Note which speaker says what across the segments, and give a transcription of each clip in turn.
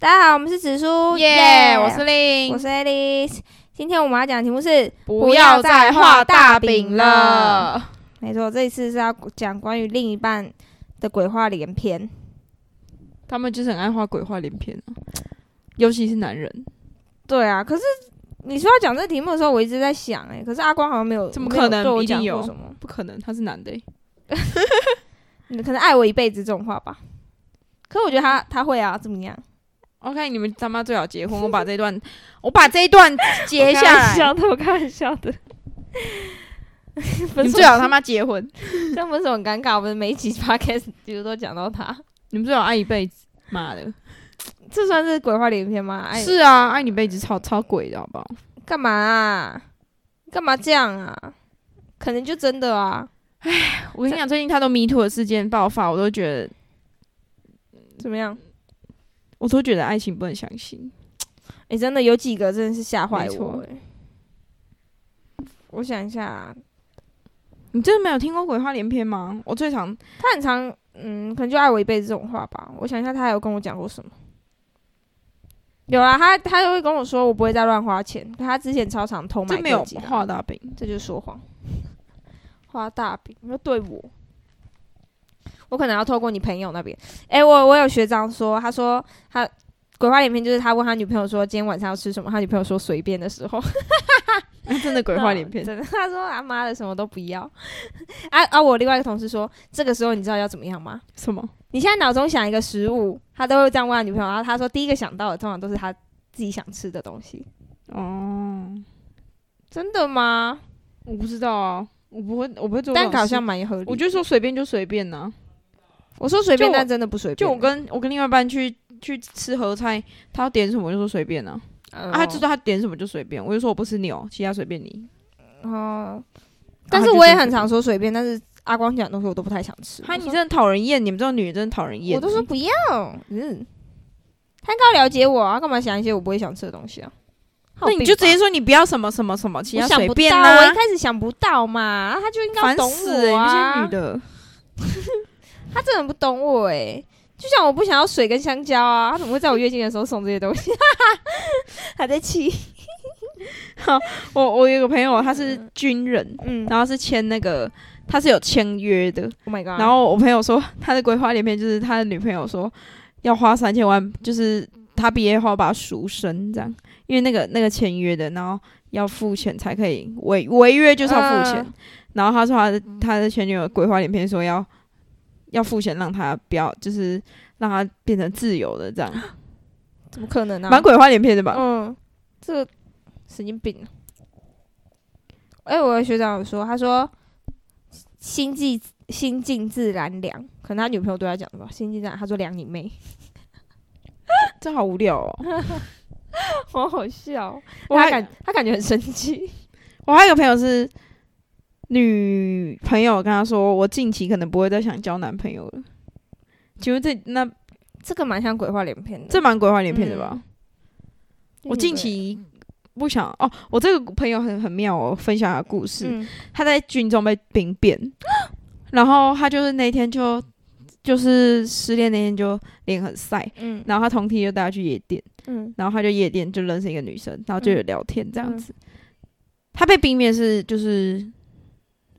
Speaker 1: 大家好，我们是紫苏，
Speaker 2: 耶、
Speaker 1: 耶
Speaker 2: 我是令，
Speaker 1: 我是 Alice。今天我们要讲的题目是，
Speaker 2: 不要再画大饼了。
Speaker 1: 没错，这一次是要讲关于另一半的鬼话连篇。
Speaker 2: 他们就是很爱画鬼话连篇啊，尤其是男人，
Speaker 1: 对啊，可是你说要讲这题目的时候，我一直在想、欸，哎，可是阿光好像没有，
Speaker 2: 怎么
Speaker 1: 没有
Speaker 2: 可能
Speaker 1: 对我
Speaker 2: 一定
Speaker 1: 讲
Speaker 2: 有
Speaker 1: 过什么？
Speaker 2: 不可能，他是男的欸、
Speaker 1: 你可能爱我一辈子这种话吧？可我觉得
Speaker 2: 嗯
Speaker 1: 他他会啊，怎么样？
Speaker 2: OK，你们他妈最好结婚，我把这一 段，我把这一段截下来，
Speaker 1: 的，我开玩笑 的。
Speaker 2: 你
Speaker 1: 分
Speaker 2: 们
Speaker 1: 手
Speaker 2: 最好他妈结婚，
Speaker 1: 这样分手很尴尬，我们每一集 podcast 几乎都讲到他，
Speaker 2: 你们最好爱一辈子，妈的，
Speaker 1: 这算是鬼话连篇吗？哎，
Speaker 2: 是啊，爱你一辈子超超鬼的好不好？
Speaker 1: 干嘛啊？干嘛这样啊？可能就真的啊？
Speaker 2: 我跟你讲，最近他都迷途的事件爆发，我都觉得，
Speaker 1: 怎么样？
Speaker 2: 我都觉得爱情不能相信。
Speaker 1: 哎、真的有几个真的是吓坏
Speaker 2: 没
Speaker 1: 我、
Speaker 2: 错
Speaker 1: 欸。我想一下、啊，
Speaker 2: 你真的没有听过鬼话连篇吗？我最常
Speaker 1: 他很常，嗯，可能就爱我一辈子这种话吧。我想一下，他还有跟我讲过什么？有啦，他他就会跟我说，我不会再乱花钱。可他之前超常偷买
Speaker 2: 真没有
Speaker 1: 各级啦
Speaker 2: 画大饼，
Speaker 1: 这就是说谎，画大饼。你说对我，我可能要透过你朋友那边。诶，我我有学长说，他说他鬼话连篇，就是他问他女朋友说今天晚上要吃什么，他女朋友说随便的时候，
Speaker 2: 真的鬼话连 篇。
Speaker 1: 真的，他说他妈的什么都不要。啊啊！我另外一个同事说，这个时候你知道要怎么样吗？
Speaker 2: 什么？
Speaker 1: 你现在脑中想一个食物，他都会这样问他女朋友，然后他说第一个想到的通常都是他自己想吃的东西。
Speaker 2: 哦，
Speaker 1: 真的吗？
Speaker 2: 我不知道啊，我不会，我不会做这种事。
Speaker 1: 但好像蛮合理的。
Speaker 2: 我就说随便就随便呐、
Speaker 1: 我说随便，
Speaker 2: 就我
Speaker 1: 但真的不随便。
Speaker 2: 就我跟我跟另外一半去去吃合菜，他要点什么我就说随便呐、
Speaker 1: 呃、
Speaker 2: 啊，他知道他点什么就随便，我就说我不吃牛，其他随便你。
Speaker 1: 哦，
Speaker 2: 啊
Speaker 1: 但
Speaker 2: 他
Speaker 1: 是
Speaker 2: 就
Speaker 1: 我也
Speaker 2: 真
Speaker 1: 很
Speaker 2: 的
Speaker 1: 常说随便，但是阿光讲的东西我都不太想吃。
Speaker 2: 哈，
Speaker 1: 我
Speaker 2: 你
Speaker 1: 说
Speaker 2: 真的讨人厌，你们这种女人真的讨人厌欸。
Speaker 1: 哦我都说不要，嗯，他应该要了解我啊，干嘛想一些我不会想吃的东西啊？他有
Speaker 2: 那你
Speaker 1: 病
Speaker 2: 就
Speaker 1: 吧
Speaker 2: 直接说你不要什么什么什么，其
Speaker 1: 我
Speaker 2: 他
Speaker 1: 想
Speaker 2: 随
Speaker 1: 不
Speaker 2: 便
Speaker 1: 到，
Speaker 2: 啦、
Speaker 1: 我一开始想不到嘛，啊他就应该要
Speaker 2: 烦
Speaker 1: 懂
Speaker 2: 死
Speaker 1: 我
Speaker 2: 了、
Speaker 1: 啊，
Speaker 2: 你们这些女的，
Speaker 1: 他真的不懂我哎、就像我不想要水跟香蕉啊，他怎么会在我月经的时候送这些东西？ 还在气，
Speaker 2: 我我有个朋友，他是军人，
Speaker 1: 嗯
Speaker 2: 然后是签那个，他是有签约的。
Speaker 1: ，Oh my god！
Speaker 2: 然后我朋友说，他的规划里面就是他的女朋友说要花三千万，就是他毕业后把他赎身这样，因为那个那个签约的，然后要付钱才可以违违约就是要付钱。
Speaker 1: 嗯
Speaker 2: 然后他说他的他的前女友规划影片说要要付钱让他不要，就是让他变成自由的这样，
Speaker 1: 怎么可能啊？
Speaker 2: 蛮鬼话连篇的吧？
Speaker 1: 嗯，这个神经病啊。哎、我的学长有说，他说心静心静自然凉，可能他女朋友对他讲的吧，心静自然，他说凉你妹，
Speaker 2: 这好无聊哦。
Speaker 1: 好好笑哦。
Speaker 2: 我
Speaker 1: 他
Speaker 2: 还
Speaker 1: 感他感觉很生气，
Speaker 2: 我还有一个朋友是女朋友，跟他说我近期可能不会再想交男朋友了。请问这那
Speaker 1: 这个蛮像鬼话连篇的。
Speaker 2: 这蛮鬼话连篇的吧？
Speaker 1: 嗯
Speaker 2: 我近期不想哦，我这个朋友很很妙哦，分享他的故事，
Speaker 1: 嗯
Speaker 2: 他在军中被兵 变，然后他就是那天就就是失恋那天就脸很晒，
Speaker 1: 嗯
Speaker 2: 然后他同梯就带他去夜店，
Speaker 1: 嗯
Speaker 2: 然后他就夜店就认识一个女生，然后就有聊天这样子。
Speaker 1: 嗯
Speaker 2: 他被冰面是就是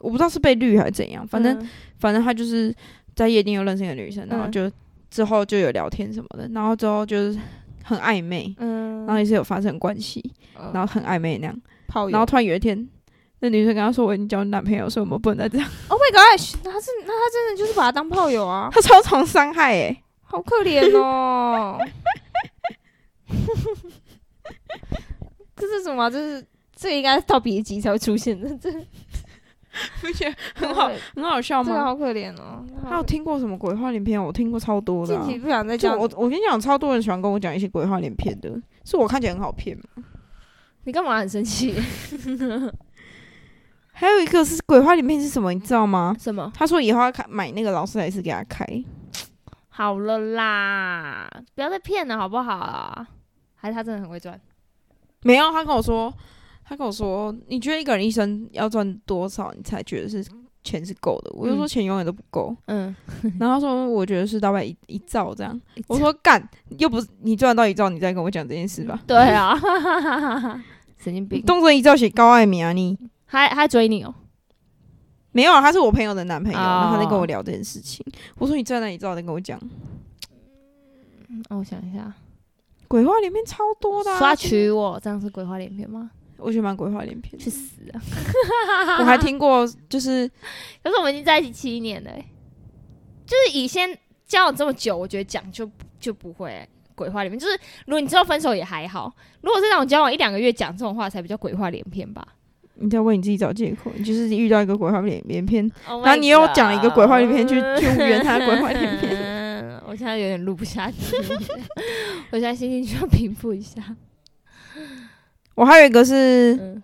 Speaker 2: 我不知道是被绿还是怎样，反正、
Speaker 1: 嗯
Speaker 2: 反正他就是在夜店又认识一个女生，然后
Speaker 1: 嗯
Speaker 2: 就、之后就有聊天什么的，然后之后就是很暧昧，
Speaker 1: 嗯，
Speaker 2: 然后也是有发生关系，
Speaker 1: 嗯哦
Speaker 2: 然后很暧昧那样，
Speaker 1: 炮友，
Speaker 2: 然后突然有一天。那女生跟他说：“我已经交男朋友，所以我们不能再这样。
Speaker 1: Oh my gosh，他是那他真的就是把他当炮友”啊，
Speaker 2: 他超常伤害诶、
Speaker 1: 好可怜哦。 这是什么啊、这是这应该到别集才会出现的， 这
Speaker 2: 不觉得很好，很好笑
Speaker 1: 这个
Speaker 2: 吗？
Speaker 1: 好可怜哦。
Speaker 2: 还有听过什么鬼话连篇？我听过超多的、
Speaker 1: 近
Speaker 2: 啊。
Speaker 1: 期不想再
Speaker 2: 就
Speaker 1: 讲
Speaker 2: 我，我跟你讲，超多人喜欢跟我讲一些鬼话连篇的，是我看起来很好骗吗？
Speaker 1: 你干嘛很生气？
Speaker 2: 还有一个是鬼话连篇是什么，你知道吗？
Speaker 1: 什么？
Speaker 2: 他说以后要开买那个劳斯莱斯给他开，
Speaker 1: 好了啦，不要再骗了好不好？还是他真的很会赚？
Speaker 2: 没有，他跟我说，他跟我说，你觉得一个人一生要赚多少，你才觉得是钱是够的，我就说
Speaker 3: 嗯
Speaker 2: 钱永远都不够，
Speaker 3: 嗯，
Speaker 2: 然后他说我觉得是大概一一兆这样，我说干，又不是你赚到一兆，你再跟我讲这件事吧，
Speaker 1: 对啊， 神经病，
Speaker 2: 动辄一兆写高艾米啊你。
Speaker 1: 还还追你哦，
Speaker 2: 没有啊，他是我朋友的男朋友，
Speaker 1: 哦
Speaker 2: 然后他在跟我聊这件事情。我说你站在一兆再跟我讲，
Speaker 1: 哦，我想一下，
Speaker 2: 鬼话连篇超多的、啊，
Speaker 1: 刷娶我，这样是鬼话连篇 吗？
Speaker 2: 我觉得蛮鬼话连篇的。
Speaker 1: 去死啊！
Speaker 2: 我还听过，就是
Speaker 1: 可是我们已经在一起七年了欸、就是以先交往这么久，我觉得讲就就不会鬼话连篇。就是如果你之后分手也还好，如果是那种交往一两个月讲这种话，才比较鬼话连篇吧。
Speaker 2: 你在为你自己找借口，你就是遇到一个鬼话连连篇，
Speaker 1: Oh my
Speaker 2: 然后你又讲一个鬼话连篇去
Speaker 1: God
Speaker 2: 去圆他鬼话连篇。
Speaker 1: 嗯 我现在有点录不下去， 我现在心情需要平复一下。
Speaker 2: 我还有一个是，
Speaker 1: 嗯，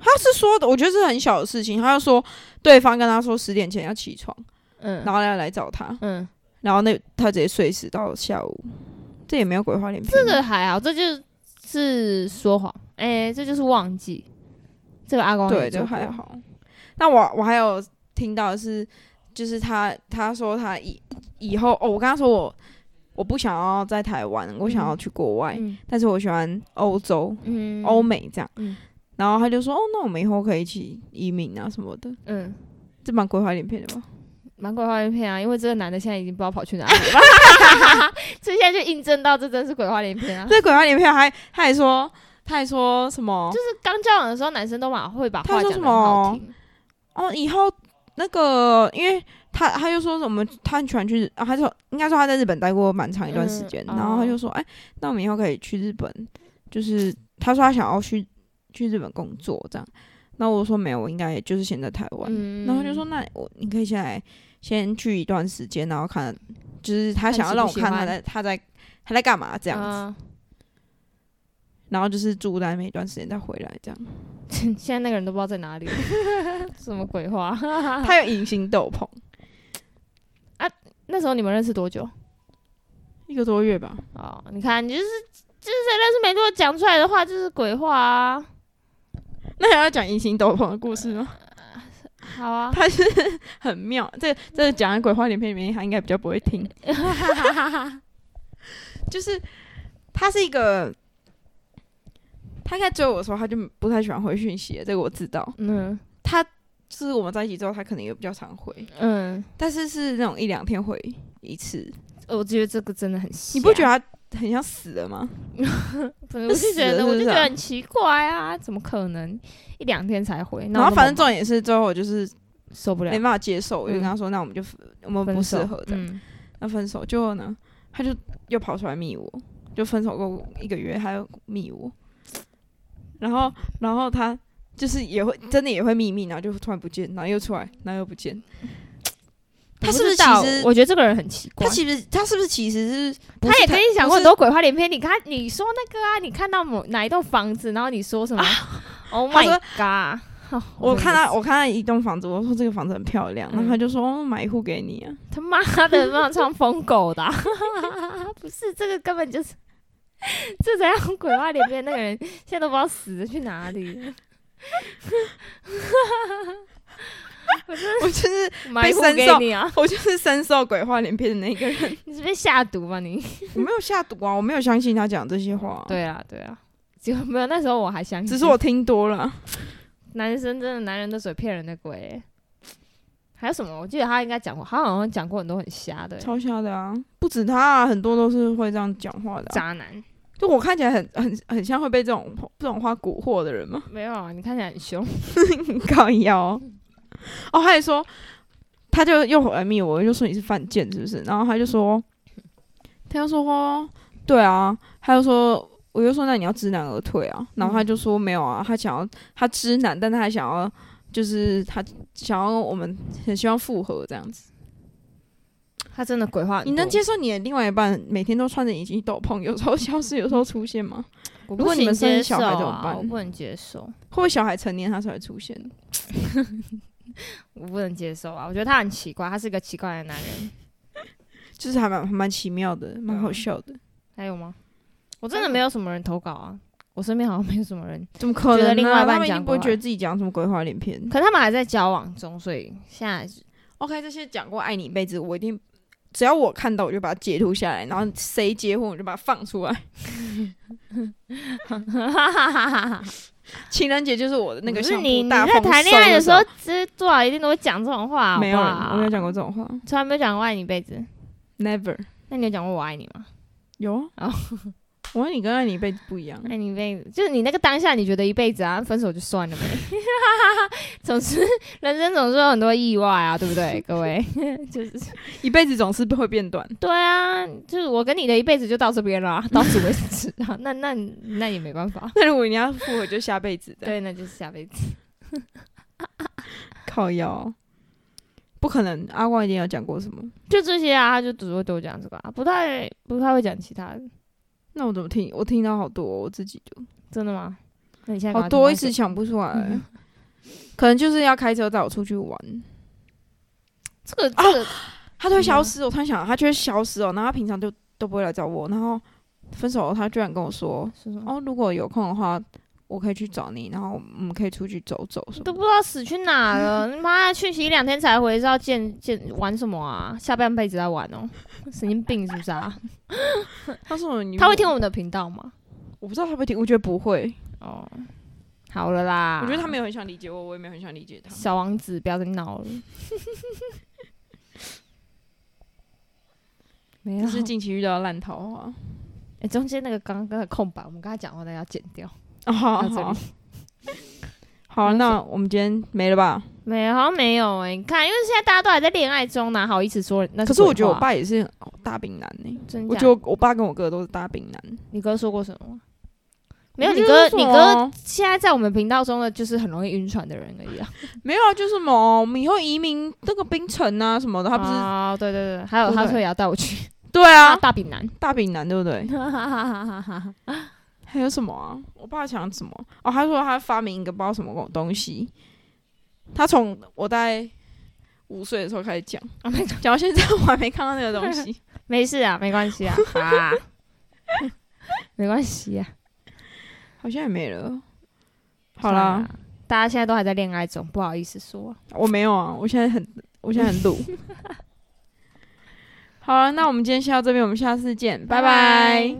Speaker 2: 他是说的，我觉得是很小的事情。他就说对方跟他说十点前要起床，
Speaker 1: 嗯
Speaker 2: 然后要来找他，
Speaker 1: 嗯，
Speaker 2: 然后那他直接睡死到下午，这也没有鬼话连篇。
Speaker 1: 这个还好，这就是说谎，哎、这就是忘记。这个阿公
Speaker 2: 对，
Speaker 1: 也做
Speaker 2: 就
Speaker 1: 过
Speaker 2: 还好。那我我还有听到的是，就是他他说他以以后哦，我跟他说我我不想要在台湾，我想要去国外，
Speaker 1: 嗯
Speaker 2: 但是我喜欢欧洲、
Speaker 1: 嗯
Speaker 2: 欧、美这样。
Speaker 1: 嗯
Speaker 2: 然后他就说哦，那我们以后可以一起移民啊什么的，
Speaker 1: 嗯，
Speaker 2: 这蛮鬼话连篇的吧？
Speaker 1: 蛮鬼话连篇啊，因为这个男的现在已经不知道跑去哪里了， 所以现在就印证到这真是鬼话连篇啊。
Speaker 2: 这鬼话连篇还他还说他还说什么？
Speaker 1: 就是刚交往的时候，男生都蛮会把话
Speaker 2: 他说
Speaker 1: 讲
Speaker 2: 什
Speaker 1: 的好听，
Speaker 2: 哦，以后那个，因为他他就说什么，他很喜欢去，啊、他说应该说他在日本待过蛮长一段时间，
Speaker 1: 嗯
Speaker 2: 然后他
Speaker 1: 哦
Speaker 2: 就说，哎、那我们以后可以去日本，就是他说他想要去去日本工作这样，那我说没有，我应该也就是先在台湾，
Speaker 1: 嗯
Speaker 2: 然后他就说那我你可以先来先去一段时间，然后看，就是他
Speaker 1: 看
Speaker 2: 想要
Speaker 1: 喜
Speaker 2: 让
Speaker 1: 不
Speaker 2: 我
Speaker 1: 喜
Speaker 2: 看他
Speaker 1: 欢
Speaker 2: 在他在他在干嘛这样子，
Speaker 1: 啊
Speaker 2: 然后就是住在那边一段时间再回来这样，
Speaker 1: 现在那个人都不知道在 哪里，什么鬼话？
Speaker 2: 他有隐形斗篷
Speaker 1: 那时候你们认识多久？
Speaker 2: 一个多月吧，
Speaker 1: 哦，你看，你就是就是在认识没多久讲出来的话就是鬼话啊。
Speaker 2: 那还要讲隐形斗篷的故事吗？
Speaker 1: 好啊，
Speaker 2: 他是很妙，这这个讲在鬼话连篇里面，他应该比较不会听。 就是他是一个，他在追我的时候，他就不太喜欢回讯息了，这个我知道。
Speaker 1: 嗯
Speaker 2: 他就是我们在一起之后，他可能也比较常回，
Speaker 1: 嗯，
Speaker 2: 但是是那种一两天回一次。
Speaker 1: 我觉得这个真的很瞎，
Speaker 2: 你不觉得他很像死了吗？
Speaker 1: 不是，我就觉
Speaker 2: 死了
Speaker 1: 得，我就
Speaker 2: 是不是
Speaker 1: 觉
Speaker 2: 啊
Speaker 1: 得很奇怪啊，怎么可能一两天才回？
Speaker 2: 然后反正
Speaker 1: 这
Speaker 2: 重点是最后我就是
Speaker 1: 受不了
Speaker 2: 没，办法接受，我就
Speaker 1: 嗯
Speaker 2: 跟他说：“那我们就分我们
Speaker 1: 分
Speaker 2: 不适
Speaker 1: 手
Speaker 2: 合这样。”
Speaker 1: 嗯，
Speaker 2: 那分手结果呢，他就又跑出来密我，就分手过一个月，他又密我，然后然后他就是也会真的也会秘密，然后就突然不见，然后又出来，然后又不见。他是不
Speaker 1: 我
Speaker 2: 是
Speaker 1: 知道
Speaker 2: 其实
Speaker 1: 我觉得这个人很奇怪
Speaker 2: 他。其实他是不是其实是不
Speaker 1: 他
Speaker 2: 是
Speaker 1: 也跟你讲过
Speaker 2: 不
Speaker 1: 很
Speaker 2: 是
Speaker 1: 多鬼话连篇，你看你说那个啊，你看到某哪一栋房子，然后你说什么？Oh
Speaker 2: 啊
Speaker 1: my
Speaker 2: 他说
Speaker 1: god！哦
Speaker 2: 我看
Speaker 1: 真的
Speaker 2: 他我看他一栋房子，我说这个房子很漂亮，然后
Speaker 1: 嗯
Speaker 2: 他就说、哦、买一户给你啊，
Speaker 1: 是 他妈的，让唱疯狗的啊、 不是这个根本就是 这才让鬼话连篇。那个人现在都不知道死了去哪里 了，
Speaker 2: 我就是
Speaker 1: 埋伏
Speaker 2: 深
Speaker 1: 给
Speaker 2: 受
Speaker 1: 你啊！
Speaker 2: 我就是深受鬼话连篇的那个人，
Speaker 1: 你是被下毒吧你？
Speaker 2: 我没有下毒啊，我没有相信他讲这些话、，
Speaker 1: 对啊，对啊，就没有那时候我还相信，
Speaker 2: 只是我听多了啊。
Speaker 1: 男生真的男人都嘴骗人的鬼欸、还有什么？我记得他应该讲过，他好像讲过很多很瞎的欸、
Speaker 2: 超瞎的啊！不止他、啊，很多都是会这样讲话的啊、
Speaker 1: 渣男。
Speaker 2: 就我看起来很很很像会被这种这种话蛊惑的人吗？
Speaker 1: 没有啊，你看起来很凶。
Speaker 2: 高腰哦，他也说，他就又回来密我，我就说你是犯贱是不是？然后他就说，他就说对啊，他就说。我就说，那你要知难而退啊。然后他就说没有啊，他想要他知难，但他还想要，就是他想要我们很希望复合这样子。
Speaker 1: 他真的鬼话很
Speaker 2: 你
Speaker 1: 多，
Speaker 2: 能接受你的另外一半每天都穿着隐形斗篷，有时候消失，有时候出现吗？
Speaker 1: 我不行接受啊？
Speaker 2: 如果你们生小孩怎么办
Speaker 1: 我不能接受，
Speaker 2: 会不会小孩成年他才会出现？
Speaker 1: 我不能接受啊！我觉得他很奇怪，他是个奇怪的男人。
Speaker 2: 就是还蛮蛮奇妙的，蛮好笑的。
Speaker 1: 还有吗？我真的没有什么人投稿啊，我身边好像没有什么人，
Speaker 2: 怎么可能、
Speaker 1: 觉
Speaker 2: 呢？
Speaker 1: 得另外一半
Speaker 2: 他们一定
Speaker 1: 讲
Speaker 2: 不
Speaker 1: 过
Speaker 2: 会
Speaker 1: 啊
Speaker 2: 觉得自己讲什么鬼话连篇。
Speaker 1: 可他们还在交往中，所以现在
Speaker 2: OK，这些讲过爱你一辈子，我一定只要我看到我就把它截图下来，然 后谁结婚我就把它放 出来。情人节就是我的那个
Speaker 1: 不是
Speaker 2: 相簿
Speaker 1: 你你
Speaker 2: 大
Speaker 1: 在
Speaker 2: 丰
Speaker 1: 谈恋
Speaker 2: 收
Speaker 1: 爱的
Speaker 2: 的
Speaker 1: 时候，知多少一定都会讲这种话好不好，
Speaker 2: 没有人，我没有讲过这种话
Speaker 1: 从来没有讲过我爱你一辈子。
Speaker 2: ，never
Speaker 1: 那你有讲过我爱你吗？
Speaker 2: 有啊。
Speaker 1: 哦哎
Speaker 2: 我说你跟爱你一辈子不一样，
Speaker 1: 爱你一辈子，就是你那个当下你觉得一辈子啊，分手就算了呗。 总之，人生总是有很多意外啊，对不 对，各位？就是
Speaker 2: 一辈子总是会变短。
Speaker 1: 对啊，就是我跟你的一辈子就到这边了 啊、到此为止啊。 那那那也没办法，
Speaker 2: 那如果你要复合，就下辈子的。
Speaker 1: 对，那就是下辈子。
Speaker 2: 靠腰，不可能，阿光一定有讲过什么？
Speaker 1: 就这些啊，他就只会对我讲这个啊，不太不太会讲其他的。
Speaker 2: 那我怎么听？我听到好多哦、我自己的，
Speaker 1: 真的吗？那你现在
Speaker 2: 好多一直想不出
Speaker 1: 嗯
Speaker 2: 来，可能就是要开车带我出去玩，
Speaker 1: 这个这个
Speaker 2: 他都会消
Speaker 1: 嗯
Speaker 2: 失。我突然想到，他就会消失哦，然后他平常就都不会来找我，然后分手后他居然跟我说，
Speaker 1: 是什么？
Speaker 2: 哦，如果有空的话，我可以去找你，然后我们可以出去走走什么
Speaker 1: 都
Speaker 2: 的。
Speaker 1: 不知道死去哪 了，你妈去一两天才回，是要见见玩什么啊？下半辈子在玩哦，神经病是不是啊？
Speaker 2: 他说你
Speaker 1: 他会听我，们的频道吗？
Speaker 2: 我不知道他会不会听，我觉得不会，
Speaker 1: 哦，好了啦，
Speaker 2: 我觉得他没有很想理解我，我也没有很想理解他。
Speaker 1: 小王子不要再闹 了，没
Speaker 2: 就
Speaker 1: 有
Speaker 2: 是。近期遇到烂桃花。
Speaker 1: 哎、中间那个刚刚的空白，我们刚才讲话的要剪掉。
Speaker 2: 哦，好
Speaker 1: 到这里
Speaker 2: 好， 好，那我们今天没了吧？
Speaker 1: 没有，好像没有哎、你看，因为现在大家都还在恋爱中，哪好意思说那是
Speaker 2: 可是
Speaker 1: 鬼话？
Speaker 2: 我觉得我爸也是哦大病男呢、
Speaker 1: 真
Speaker 2: 我
Speaker 1: 假
Speaker 2: 觉得我爸跟我哥都是大病男。
Speaker 1: 你哥说过什么吗？没有，
Speaker 2: 我
Speaker 1: 你
Speaker 2: 觉
Speaker 1: 哥
Speaker 2: 得是
Speaker 1: 你
Speaker 2: 什
Speaker 1: 哥
Speaker 2: 么
Speaker 1: 现在在我们频道中的就是很容易晕船的人而已啊。
Speaker 2: 没有啊，就是什么我们以后移民那个槟城啊什么的，他不是、
Speaker 1: 哦，对对对，还有
Speaker 2: 对不
Speaker 1: 他
Speaker 2: 对
Speaker 1: 说也要带我去
Speaker 2: 对啊
Speaker 1: 啊，，大饼 男。
Speaker 2: 大病男对不对？
Speaker 1: 哈哈哈哈哈！
Speaker 2: 还有什么啊？我爸想什么？哦，他说他发明一个不知道什么东西，他从我大概五岁的时候开始讲，哦讲到现在我还没看到那个东西。
Speaker 1: 没事啊，没关系啊，啊， 没关系啊。
Speaker 2: 好像也没了。好啦
Speaker 1: 算，了，啊大家现在都还在恋爱中，不好意思说。
Speaker 2: 我没有啊，我现在很，我现在很 鲁。好了，那我们今天先到这边，我们下次见，拜拜